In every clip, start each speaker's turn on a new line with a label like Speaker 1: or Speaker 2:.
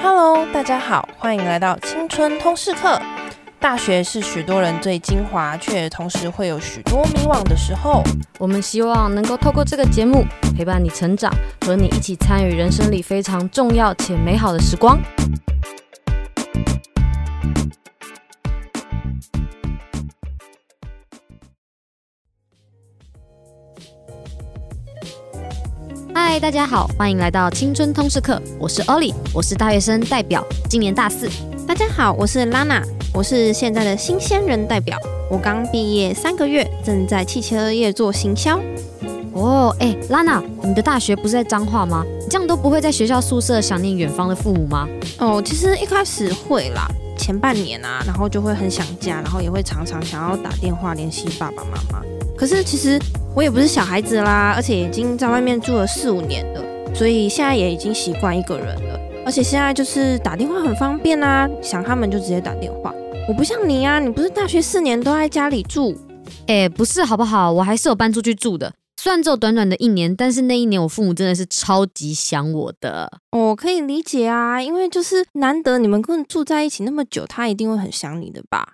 Speaker 1: Hello，大家好，欢迎来到青春通识课。大学是许多人最精华，却同时会有许多迷惘的时候。
Speaker 2: 我们希望能够透过这个节目陪伴你成长，和你一起参与人生里非常重要且美好的时光。嗨，大家好，欢迎来到青春通识课，我是 Ollie，我是大学生代表，今年大四。
Speaker 3: 大家好，我是 Lana，我是现在的新鲜人代表。我刚毕业三个月，正在汽车业做行销。
Speaker 2: 哦，哎、拉娜，你的大学不是在彰化吗？你这样都不会在学校宿舍想念远方的父母吗？
Speaker 3: 哦，其实一开始会啦，前半年啊，然后就会很想家，然后也会常常想要打电话联系爸爸妈妈。可是其实我也不是小孩子啦，而且已经在外面住了四五年了，所以现在也已经习惯一个人了。而且现在就是打电话很方便啊，想他们就直接打电话。我不像你啊，你不是大学四年都在家里住，
Speaker 2: 哎、不是好不好？我还是有搬出去住的，虽然只有短短的一年，但是那一年我父母真的是超级想我的。
Speaker 3: 哦我可以理解啊，因为就是难得你们跟住在一起那么久，他一定会很想你的吧？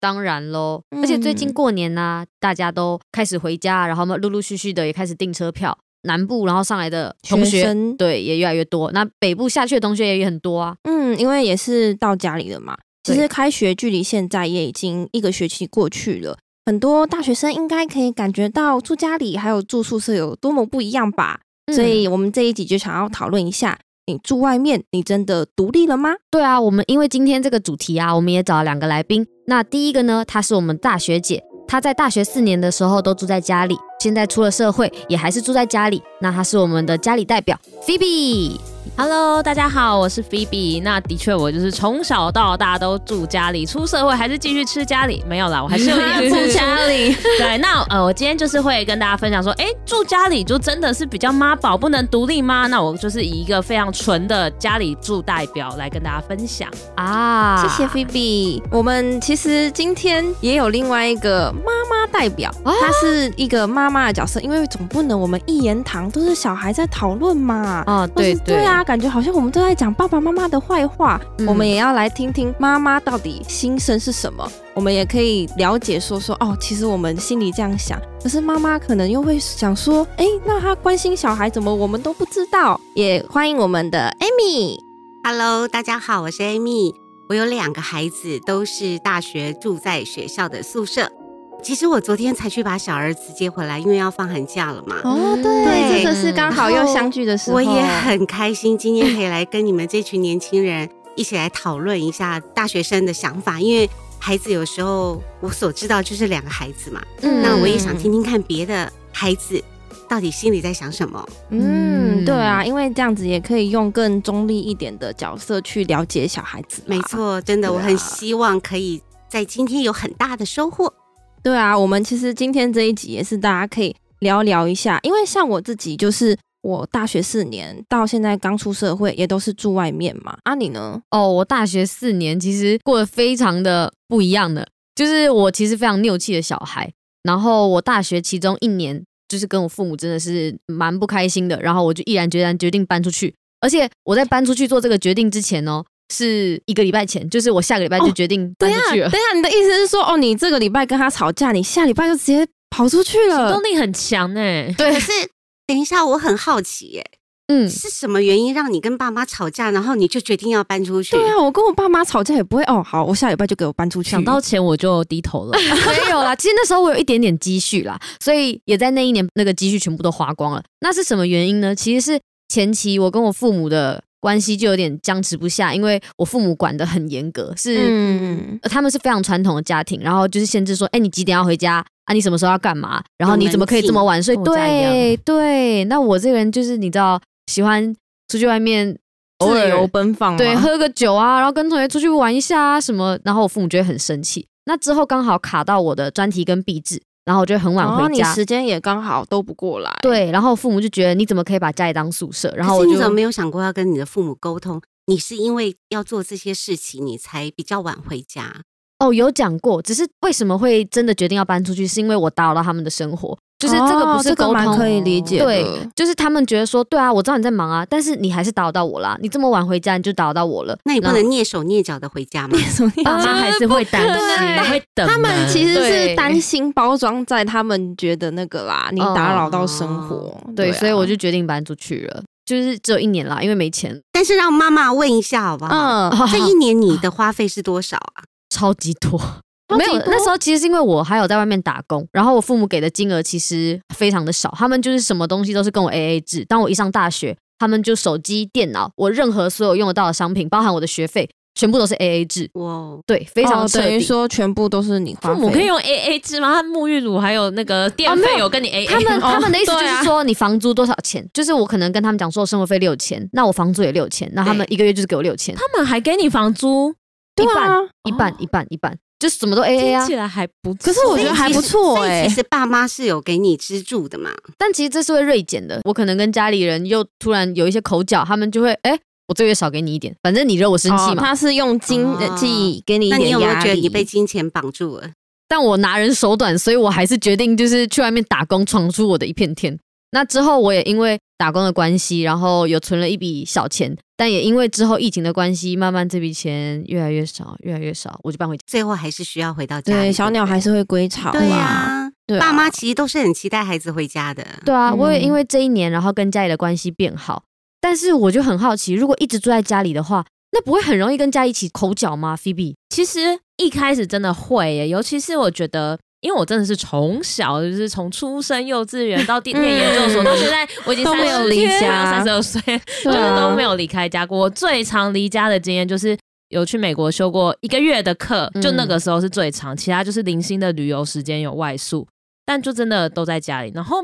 Speaker 2: 当然喽，而且最近
Speaker 3: 嗯
Speaker 2: 过年呐、大家都开始回家，然后呢，陆陆续续的也开始订车票。南部然后上来的同学，
Speaker 3: 生，
Speaker 2: 对，也越来越多。那北部下去的同学也很多啊。
Speaker 3: 嗯，因为也是到家里了嘛。其
Speaker 2: 对
Speaker 3: 实开学距离现在也已经一个学期过去了，很多大学生应该可以感觉到住家里还有住宿舍有多么不一样吧？
Speaker 2: 嗯
Speaker 3: 所以我们这一集就想要讨论一下，你住外面，你真的独立了吗？
Speaker 2: 对啊，我们因为今天这个主题啊，我们也找了两个来宾。那第一个呢，她是我们大学姐，她在大学四年的时候都住在家里，现在出了社会也还是住在家里。那她是我们的家里代表 Phoebe。
Speaker 4: Hello，大家好，我是 Phoebe。那的确，我就是从小到大都住家里，出社会还是继续吃家里，没有啦，我还是有一 点住家里。对，那呃，我今天就是会跟大家分享说，哎、住家里就真的是比较妈宝，不能独立吗？那我就是以一个非常纯的家里住代表来跟大家分享。
Speaker 2: 啊，
Speaker 3: 谢谢 Phoebe。我们其实今天也有另外一个妈妈代表，
Speaker 2: 哦
Speaker 3: 她是一个妈妈的角色，因为总不能我们一言堂都是小孩在讨论嘛。
Speaker 2: 哦，
Speaker 3: 或
Speaker 2: 对
Speaker 3: 是对啊，感觉好像我们都在讲爸爸妈妈的坏话，
Speaker 2: 嗯
Speaker 3: 我们也要来听听妈妈到底心声是什么。我们也可以了解说说哦，其实我们心里这样想，可是妈妈可能又会想说，哎，那她关心小孩怎么我们都不知道？也欢迎我们的 Amy。
Speaker 5: Hello，大家好，我是 Amy。我有两个孩子，都是大学住在学校的宿舍。其实我昨天才去把小儿子接回来，因为要放寒假了嘛。
Speaker 3: 哦，对，
Speaker 5: 对
Speaker 3: 这个是刚好又相聚的时候。
Speaker 5: 我也很开心，今天可以来跟你们这群年轻人一起来讨论一下大学生的想法，因为孩子有时候我所知道就是两个孩子嘛，
Speaker 2: 嗯
Speaker 5: 那我也想听听看别的孩子到底心里在想什么。
Speaker 3: 嗯，
Speaker 2: 嗯
Speaker 3: 对啊，因为这样子也可以用更中立一点的角色去了解小孩子。
Speaker 5: 没，错，真的，
Speaker 3: 对啊
Speaker 5: 我很希望可以在今天有很大的收获。
Speaker 3: 对啊，我们其实今天这一集也是大家可以聊聊一下，因为像我自己就是。我大学四年到现在刚出社会，也都是住外面嘛。啊，你呢？
Speaker 2: 哦，我大学四年其实过得非常的不一样的，就是我其实非常拗气的小孩。然后我大学其中一年就是跟我父母真的是蛮不开心的，然后我就毅然决然决定搬出去。而且我在搬出去做这个决定之前哦，是一个礼拜前，就是我下个礼拜就
Speaker 3: 哦
Speaker 2: 决定
Speaker 3: 等
Speaker 2: 搬
Speaker 3: 一下，
Speaker 2: 出
Speaker 3: 等
Speaker 2: 去了。
Speaker 3: 一下，你的意思是说，哦，你这个礼拜跟他吵架，你下礼拜就直接跑出去
Speaker 2: 呃
Speaker 4: 行
Speaker 3: 了
Speaker 4: 动？力很强哎、
Speaker 5: 可是等一下，我很好奇耶，
Speaker 2: 嗯，
Speaker 5: 是什么原因让你跟爸妈吵架，然后你就决定要搬出去？
Speaker 3: 对啊，我跟我爸妈吵架也不会哦，好，我下礼拜就给我搬出去。
Speaker 4: 想到钱我就低 头了。
Speaker 2: 没有啦，其实那时候我有一点点积蓄啦，所以也在那一年那个积蓄全部都花光了。那是什么原因呢？其实是前期我跟我父母的关系就有点僵持不下，因为我父母管得很严格，是、
Speaker 3: 嗯，
Speaker 2: 呃他们是非常传统的家庭，然后就是限制说，哎、你几点要回家啊？你什么时候要干嘛？然后你怎么可以这么晚睡？
Speaker 4: 跟我家一样
Speaker 2: 对对，那我这个人就是你知道，喜欢出去外面偶
Speaker 3: 自
Speaker 2: 尔
Speaker 3: 由奔放
Speaker 5: 嗯
Speaker 3: 嘛，
Speaker 2: 对，喝个酒啊，然后跟同学出去玩一下啊什么，然后我父母就会很生气。那之后刚好卡到我的专题跟毕制，然后我就很晚
Speaker 5: 哦
Speaker 3: 然后
Speaker 2: 回
Speaker 3: 你
Speaker 2: 家。
Speaker 3: 时间也刚好都不过来。
Speaker 2: 对，然后我父母就觉得你怎么可以把家里当宿舍？然后
Speaker 5: 可
Speaker 2: 我
Speaker 5: 是你
Speaker 2: 就
Speaker 5: 怎么没有想过要跟你的父母沟通？你是因为要做这些事情，你才比较晚回家。
Speaker 2: 哦有讲过，只是为什么会真的决定要搬出去，是因为我打扰到他们的生活。就是这个
Speaker 3: 哦
Speaker 2: 不是
Speaker 3: 这个
Speaker 2: 沟
Speaker 3: 蛮
Speaker 2: 通，
Speaker 3: 可以理解的。
Speaker 2: 对，就是他们觉得说，对啊，我知道你在忙啊，但是你还是打扰到我啦。你这么晚回家，你就打扰到我了。
Speaker 5: 那你
Speaker 3: 嗯
Speaker 5: 不
Speaker 2: 然后
Speaker 5: 能蹑手蹑脚的回家吗？
Speaker 3: 什么意思
Speaker 4: 爸妈还是会担
Speaker 2: 不
Speaker 4: 心，会等
Speaker 3: 他们其实是
Speaker 2: 对
Speaker 3: 担心包装在他们觉得那个啦，你打扰到生活
Speaker 5: 哦。
Speaker 2: 对，
Speaker 3: 啊
Speaker 2: 所以我就决定搬出去了。就是只有一年啦，因为没钱，
Speaker 5: 但是让妈妈问一下好不好？
Speaker 3: 嗯，
Speaker 2: 啊
Speaker 5: 哦这一年你的花费是多少啊？
Speaker 2: 超级多。
Speaker 3: 多
Speaker 2: 没有，那时候其实是因为我还有在外面打工，然后我父母给的金额其实非常的少，他们就是什么东西都是跟我 A A 制。当我一上大学，他们就手机、电脑，我任何所有用得到的商品，包含我的学费，全部都是 A A 制。
Speaker 5: 哇哦，
Speaker 2: 对，非常
Speaker 3: 哦
Speaker 2: 彻
Speaker 3: 等于
Speaker 2: 底。
Speaker 3: 说全部都是你花
Speaker 4: 父母
Speaker 3: 费
Speaker 4: 可以用 A A 制吗？他沐浴乳还有那个电
Speaker 2: 哦没有
Speaker 4: 费有跟你 A A，
Speaker 2: 他
Speaker 3: 哦
Speaker 2: 们他们的意思就
Speaker 4: 对啊
Speaker 2: 是说，你房租多少钱？就是我可能跟他们讲说，我生活费六千，那我房租也六千，那他们
Speaker 5: 对
Speaker 2: 一个月就是给我六千，
Speaker 3: 哦
Speaker 4: 他们还给你房租，
Speaker 2: 一
Speaker 3: 对
Speaker 2: 半
Speaker 3: 啊，
Speaker 2: 一半一半一半，就是什么都 A A
Speaker 4: 听
Speaker 2: 啊
Speaker 4: 起。来还不错。
Speaker 3: 可是我觉得还不错
Speaker 5: 所以
Speaker 3: 哎
Speaker 5: 其。实爸妈是有给你资助的嘛。
Speaker 2: 但其实这是会锐减的，我可能跟家里人又突然有一些口角，他们就会哎、我这个月少给你一点，反正你惹我生气
Speaker 3: 哦
Speaker 2: 嘛。
Speaker 3: 他是用经
Speaker 5: 哦
Speaker 3: 济给你一
Speaker 5: 那你
Speaker 3: 点
Speaker 5: 有没有
Speaker 3: 压
Speaker 5: 觉得
Speaker 3: 力，
Speaker 5: 你被金钱绑住了？
Speaker 2: 但我拿人手短，所以我还是决定就是去外面打工，闯出我的一片天。那之后我也因为打工的关系，然后有存了一笔小钱，但也因为之后疫情的关系，慢慢这笔钱越来越少，越来越少，我就搬回家。
Speaker 5: 最后还是需要回到家里。
Speaker 3: 对小鸟还是会归巢
Speaker 5: 对
Speaker 3: 啦。
Speaker 5: 呀、
Speaker 3: 对啊，
Speaker 5: 爸妈其实都是很期待孩子回家的。
Speaker 2: 对啊，
Speaker 3: 嗯
Speaker 2: 我也因为这一年，然后跟家里的关系变好。但是我就很好奇，如果一直住在家里的话，那不会很容易跟家一起口角吗？菲比，
Speaker 4: 其实一开始真的会耶，尤其是我觉得。因为我真的是从小就是从出生幼稚园 到第念研究所到现在，我已经
Speaker 3: 嗯都没有
Speaker 4: 30
Speaker 3: 离
Speaker 4: 快要
Speaker 3: 家
Speaker 4: 三十二岁，就
Speaker 3: 对
Speaker 4: 是
Speaker 3: 啊
Speaker 4: 都没有离开家过。我最长离家的经验就是有去美国修过一个月的课，就
Speaker 3: 嗯
Speaker 4: 那个时候是最长，其他就是零星的旅游时间有外宿，但就真的都在家里。然后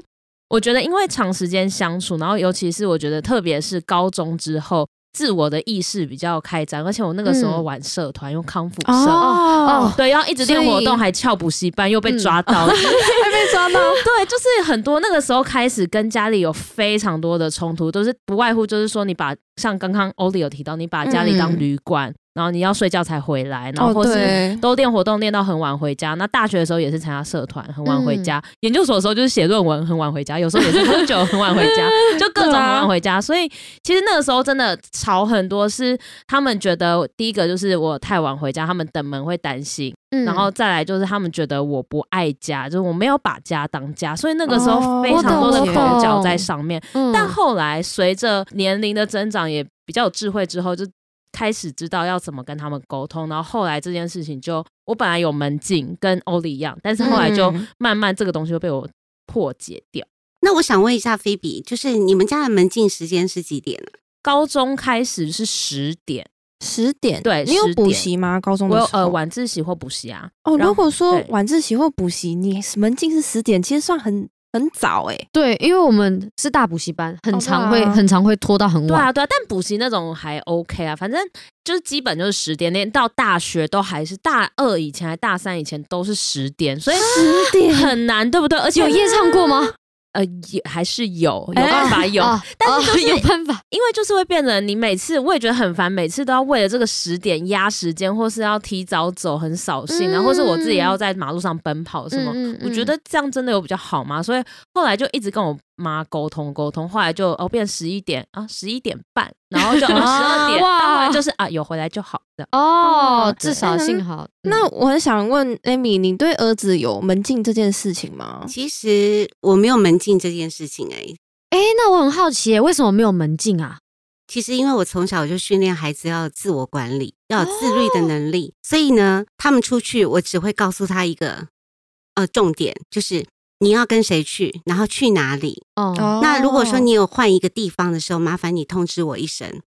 Speaker 4: 我觉得，因为长时间相处，然后尤其是我觉得，特别是高中之后，自我的意识比较开展，而且我那个时候
Speaker 2: 嗯
Speaker 4: 玩社团，用康复社。
Speaker 3: 哦
Speaker 2: 哦，
Speaker 4: 对，然后一直练活
Speaker 3: 所以
Speaker 4: 动，还翘补习班，又被抓到
Speaker 3: 会
Speaker 4: 了。
Speaker 3: 被抓到，
Speaker 4: 对，就是很多那个时候开始跟家里有非常多的冲突，都是不外乎就是说你把像刚刚欧里有提到，你把家里当
Speaker 3: 嗯
Speaker 4: 旅馆，然后你要睡觉才回来，然后
Speaker 3: 哦
Speaker 4: 或是
Speaker 3: 对，
Speaker 4: 都练活动练到很晚回家。那大学的时候也是参加社团，很晚回家；
Speaker 3: 嗯
Speaker 4: 研究所的时候就是写论文，很晚回家；有时候也是喝酒，很晚回 家，就各种
Speaker 3: 对
Speaker 4: 很
Speaker 3: 啊
Speaker 4: 晚回家。所以其实那个时候真的吵很多，是他们觉得第一个就是我太晚回家，他们等门会担心。
Speaker 2: 嗯
Speaker 4: 然后再来就是他们觉得我不爱家，就是我没有把家当家，所以那个时
Speaker 3: 哦
Speaker 4: 候非常多的
Speaker 3: 我懂
Speaker 4: 口
Speaker 2: 我
Speaker 4: 角
Speaker 2: 懂
Speaker 4: 在上面。
Speaker 2: 嗯
Speaker 4: 但后来随着年龄的增长，也比较有智慧之后，就开始知道要怎么跟他们沟通。然后后来这件事情就，我本来有门禁，跟欧丽一样，但是后来就
Speaker 3: 嗯
Speaker 4: 慢慢这个东西就被我破解掉。
Speaker 5: 那我想问一下菲比，就是你们家的门禁时间是几点呢、
Speaker 4: 高中开始是十点，
Speaker 3: 十点，
Speaker 4: 对
Speaker 3: 你有
Speaker 4: 10
Speaker 3: 补
Speaker 4: 点
Speaker 3: 习吗？高中
Speaker 4: 我
Speaker 3: 的
Speaker 4: 有
Speaker 3: 时候
Speaker 4: 呃晚自习或补习啊，
Speaker 3: 哦，
Speaker 4: 然后
Speaker 3: 如果说
Speaker 4: 对
Speaker 3: 晚自习或补习，你门禁是十点，其实算很很早哎、
Speaker 2: 对，因为我们是大补习班，很常
Speaker 3: 对
Speaker 2: 会、
Speaker 3: 啊
Speaker 2: 很常会拖到很
Speaker 4: 对
Speaker 2: 晚。
Speaker 4: 啊，对啊，但补习那种还 OK 啊，反正就是基本就是十点，连到大学都还是大二以前、还大三以前都是十点，所以
Speaker 3: 十点
Speaker 4: 很难，对不对？而且
Speaker 2: 有夜唱过吗？
Speaker 4: 呃也还是有
Speaker 3: 哎
Speaker 4: 有办法有，
Speaker 2: 哦
Speaker 4: 但是就是
Speaker 2: 哦有办 法。
Speaker 4: 因为就是会变成你每次我也觉得很烦，每次都要为了这个十点压时间，或是要提早走，很扫兴，然后或是我自己也要在马路上奔跑什么。
Speaker 2: 嗯嗯嗯
Speaker 4: 我
Speaker 2: 嗯
Speaker 4: 觉得这样真的有比较好吗？所以后来就一直跟我妈沟通沟通，后来就哦变十一点啊，十一点半，然后 就十二点，
Speaker 2: 哇
Speaker 4: 但后来就是啊有回来就好的。
Speaker 2: 哦
Speaker 4: 哦，
Speaker 2: 至少
Speaker 3: 对
Speaker 2: 幸好。嗯
Speaker 3: 那我很想问 Amy，你对儿子有门禁这件事情吗？
Speaker 5: 其实我没有门禁这件事情哎、
Speaker 2: 哎、那我很好奇耶，为什么没有门禁啊？
Speaker 5: 其实因为我从小就训练孩子要自我管理，要有自律的
Speaker 3: 哦
Speaker 5: 能力，所以呢，他们出去我只会告诉他一个呃重点，就是你要跟谁去，然后去哪里。
Speaker 2: 哦，
Speaker 5: 那如果说你有换一个地方的时候，麻烦你通知我一声。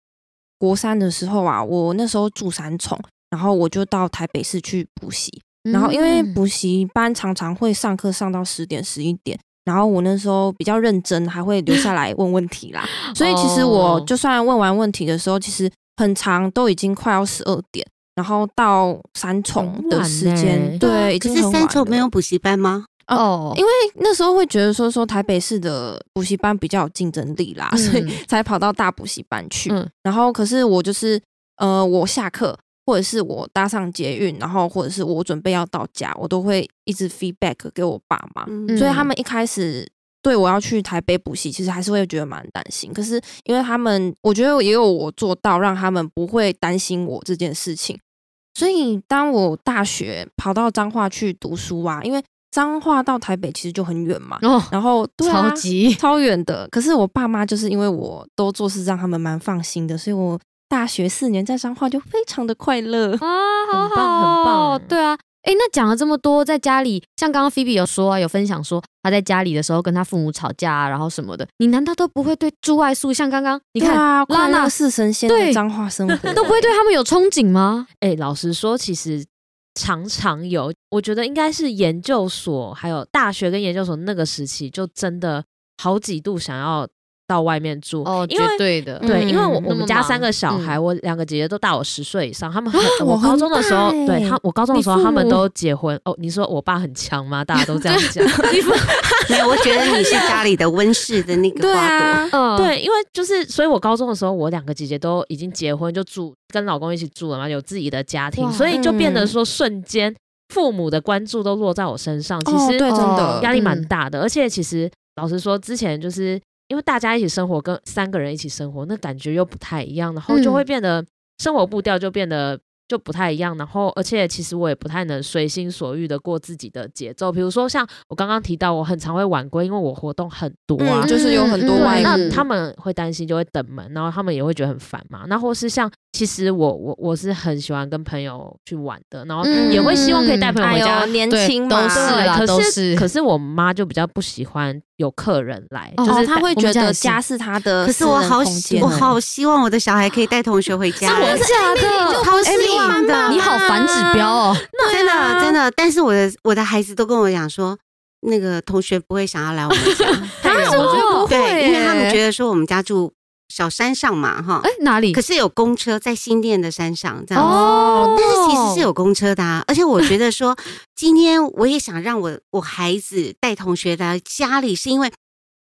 Speaker 3: 国三的时候啊，我那时候住三重，然后我就到台北市去补习，然后因为
Speaker 2: 嗯
Speaker 3: 补习班常常会上课上到十点十一点，然后我那时候比较认真，还会留下来问问题 啦。所以其实我
Speaker 2: 哦
Speaker 3: 就算问完问题的时候，其实很长都已经快要十二点，然后到三重
Speaker 4: 很
Speaker 3: 的
Speaker 4: 晚
Speaker 3: 时
Speaker 4: 呢
Speaker 3: 间，对，已
Speaker 5: 欸可
Speaker 3: 经
Speaker 5: 是
Speaker 3: 很晚
Speaker 5: 三重没
Speaker 3: 了
Speaker 5: 有补习班吗？
Speaker 2: 哦，
Speaker 3: 因为那时候会觉得说说台北市的补习班比较有竞争力啦，
Speaker 2: 嗯
Speaker 3: 所以才跑到大补习班去。
Speaker 2: 嗯
Speaker 3: 然后可是我就是呃，我下课或者是我搭上捷运，然后或者是我准备要到家，我都会一直 feedback 给我爸妈。
Speaker 5: 嗯
Speaker 3: 所以他们一开始对我要去台北补习，其实还是会觉得蛮担心。可是因为他们，我觉得也有我做到让他们不会担心我这件事情。所以当我大学跑到彰化去读书啊，因为彰化到台北其实就很远嘛，
Speaker 2: 哦，
Speaker 3: 然后对啊
Speaker 2: 超级
Speaker 3: 超远的。可是我爸妈就是因为我都做事让他们蛮放心的，所以我大学四年在彰化就非常的快乐。
Speaker 2: 啊，好
Speaker 4: 很棒
Speaker 2: 好
Speaker 4: 很棒
Speaker 2: 哦对啊。哎，那讲了这么多，在家里，像刚刚菲比有说啊，有分享说她在家里的时候跟她父母吵架、啊，然后什么的，你难道都不会对住外宿，像刚刚你
Speaker 3: 对
Speaker 2: 看，
Speaker 3: 啊，快
Speaker 2: 拉娜
Speaker 3: 乐是神仙的
Speaker 2: 对
Speaker 3: 彰化生活
Speaker 2: 都不会对他们有憧憬吗？
Speaker 4: 哎、老实说，其实常常有，我觉得应该是研究所还有大学跟研究所那个时期，就真的好几度想要到外面住因为。
Speaker 2: 哦对的
Speaker 4: 对，因为我
Speaker 3: 嗯
Speaker 4: 我
Speaker 2: 那么
Speaker 4: 们家三
Speaker 2: 忙
Speaker 4: 个小孩，
Speaker 2: 嗯
Speaker 4: 我两个姐姐都大我十岁以上，他们很、
Speaker 3: 啊
Speaker 4: 我
Speaker 3: 我很
Speaker 4: 高中的时候，
Speaker 3: 大欸
Speaker 4: 对他，我高中的
Speaker 2: 你
Speaker 4: 时候
Speaker 2: 父
Speaker 4: 他们
Speaker 2: 母
Speaker 4: 都结婚哦。你说我爸很强吗？大家都这样讲，
Speaker 5: 没有，我觉得你是家里的温室的那 个
Speaker 3: 对
Speaker 5: 花朵。
Speaker 3: 啊，
Speaker 2: 嗯，
Speaker 4: 对，因为就是，所以我高中的时候，我两个姐姐都已经结婚，就住跟老公一起住了嘛，有自己的家庭
Speaker 2: 哇，
Speaker 4: 所以就变得
Speaker 3: 嗯
Speaker 4: 说瞬间父母的关注都落在我身上，其
Speaker 3: 哦
Speaker 4: 实
Speaker 3: 对真
Speaker 2: 哦
Speaker 3: 的
Speaker 4: 压力蛮
Speaker 2: 嗯
Speaker 4: 大的。而且其实老实说，之前就是因为大家一起生活，跟三个人一起生活，那感觉又不太一样，然后就会
Speaker 2: 嗯
Speaker 4: 变得生活步调就变得。就不太一样，然后而且其实我也不太能随心所欲的过自己的节奏。比如说像我刚刚提到，我很常会晚归，因为我活动很多啊，
Speaker 3: 嗯，就是有很多
Speaker 2: 嗯嗯
Speaker 4: 对，
Speaker 3: 外
Speaker 4: 那
Speaker 3: 物，
Speaker 4: 他们会担心，就会等门，然后他们也会觉得很烦嘛。那或是像，其实我我我是很喜欢跟朋友去玩的，然后
Speaker 2: 嗯
Speaker 4: 哦也会希望可以带朋友
Speaker 3: 哎
Speaker 4: 回家。
Speaker 3: 呦，年
Speaker 2: 对
Speaker 3: 轻嘛，
Speaker 2: 都是
Speaker 4: 对
Speaker 2: 啦都
Speaker 4: 可
Speaker 2: 是
Speaker 4: 可是我妈就比较不喜欢有客人来，
Speaker 2: 哦
Speaker 4: 就是
Speaker 3: 他会
Speaker 2: 我们
Speaker 3: 觉
Speaker 2: 家也
Speaker 3: 得
Speaker 2: 是
Speaker 3: 家是他的
Speaker 5: 可是我
Speaker 3: 呃私人
Speaker 5: 好
Speaker 3: 空
Speaker 5: 喜，
Speaker 3: 间
Speaker 5: 我
Speaker 3: 欸
Speaker 5: 好希望我的小孩可以带同学回家。
Speaker 2: 真的假的？
Speaker 5: 超希望的，
Speaker 2: 你好反指标哦，
Speaker 5: 真的真的。但是我的我的孩子都跟我讲说，那个同学不会想要来我们家，
Speaker 2: 他说 不
Speaker 5: 对，因为他们
Speaker 2: 得
Speaker 5: 觉得说我们家住小山上嘛，哈
Speaker 2: 哎，哪里
Speaker 5: 可？是有公车在新店的山上这样子。
Speaker 2: 哦，
Speaker 5: 但是其实是有公车的、啊，而且我觉得说，今天我也想让我我孩子带同学来家里，是因为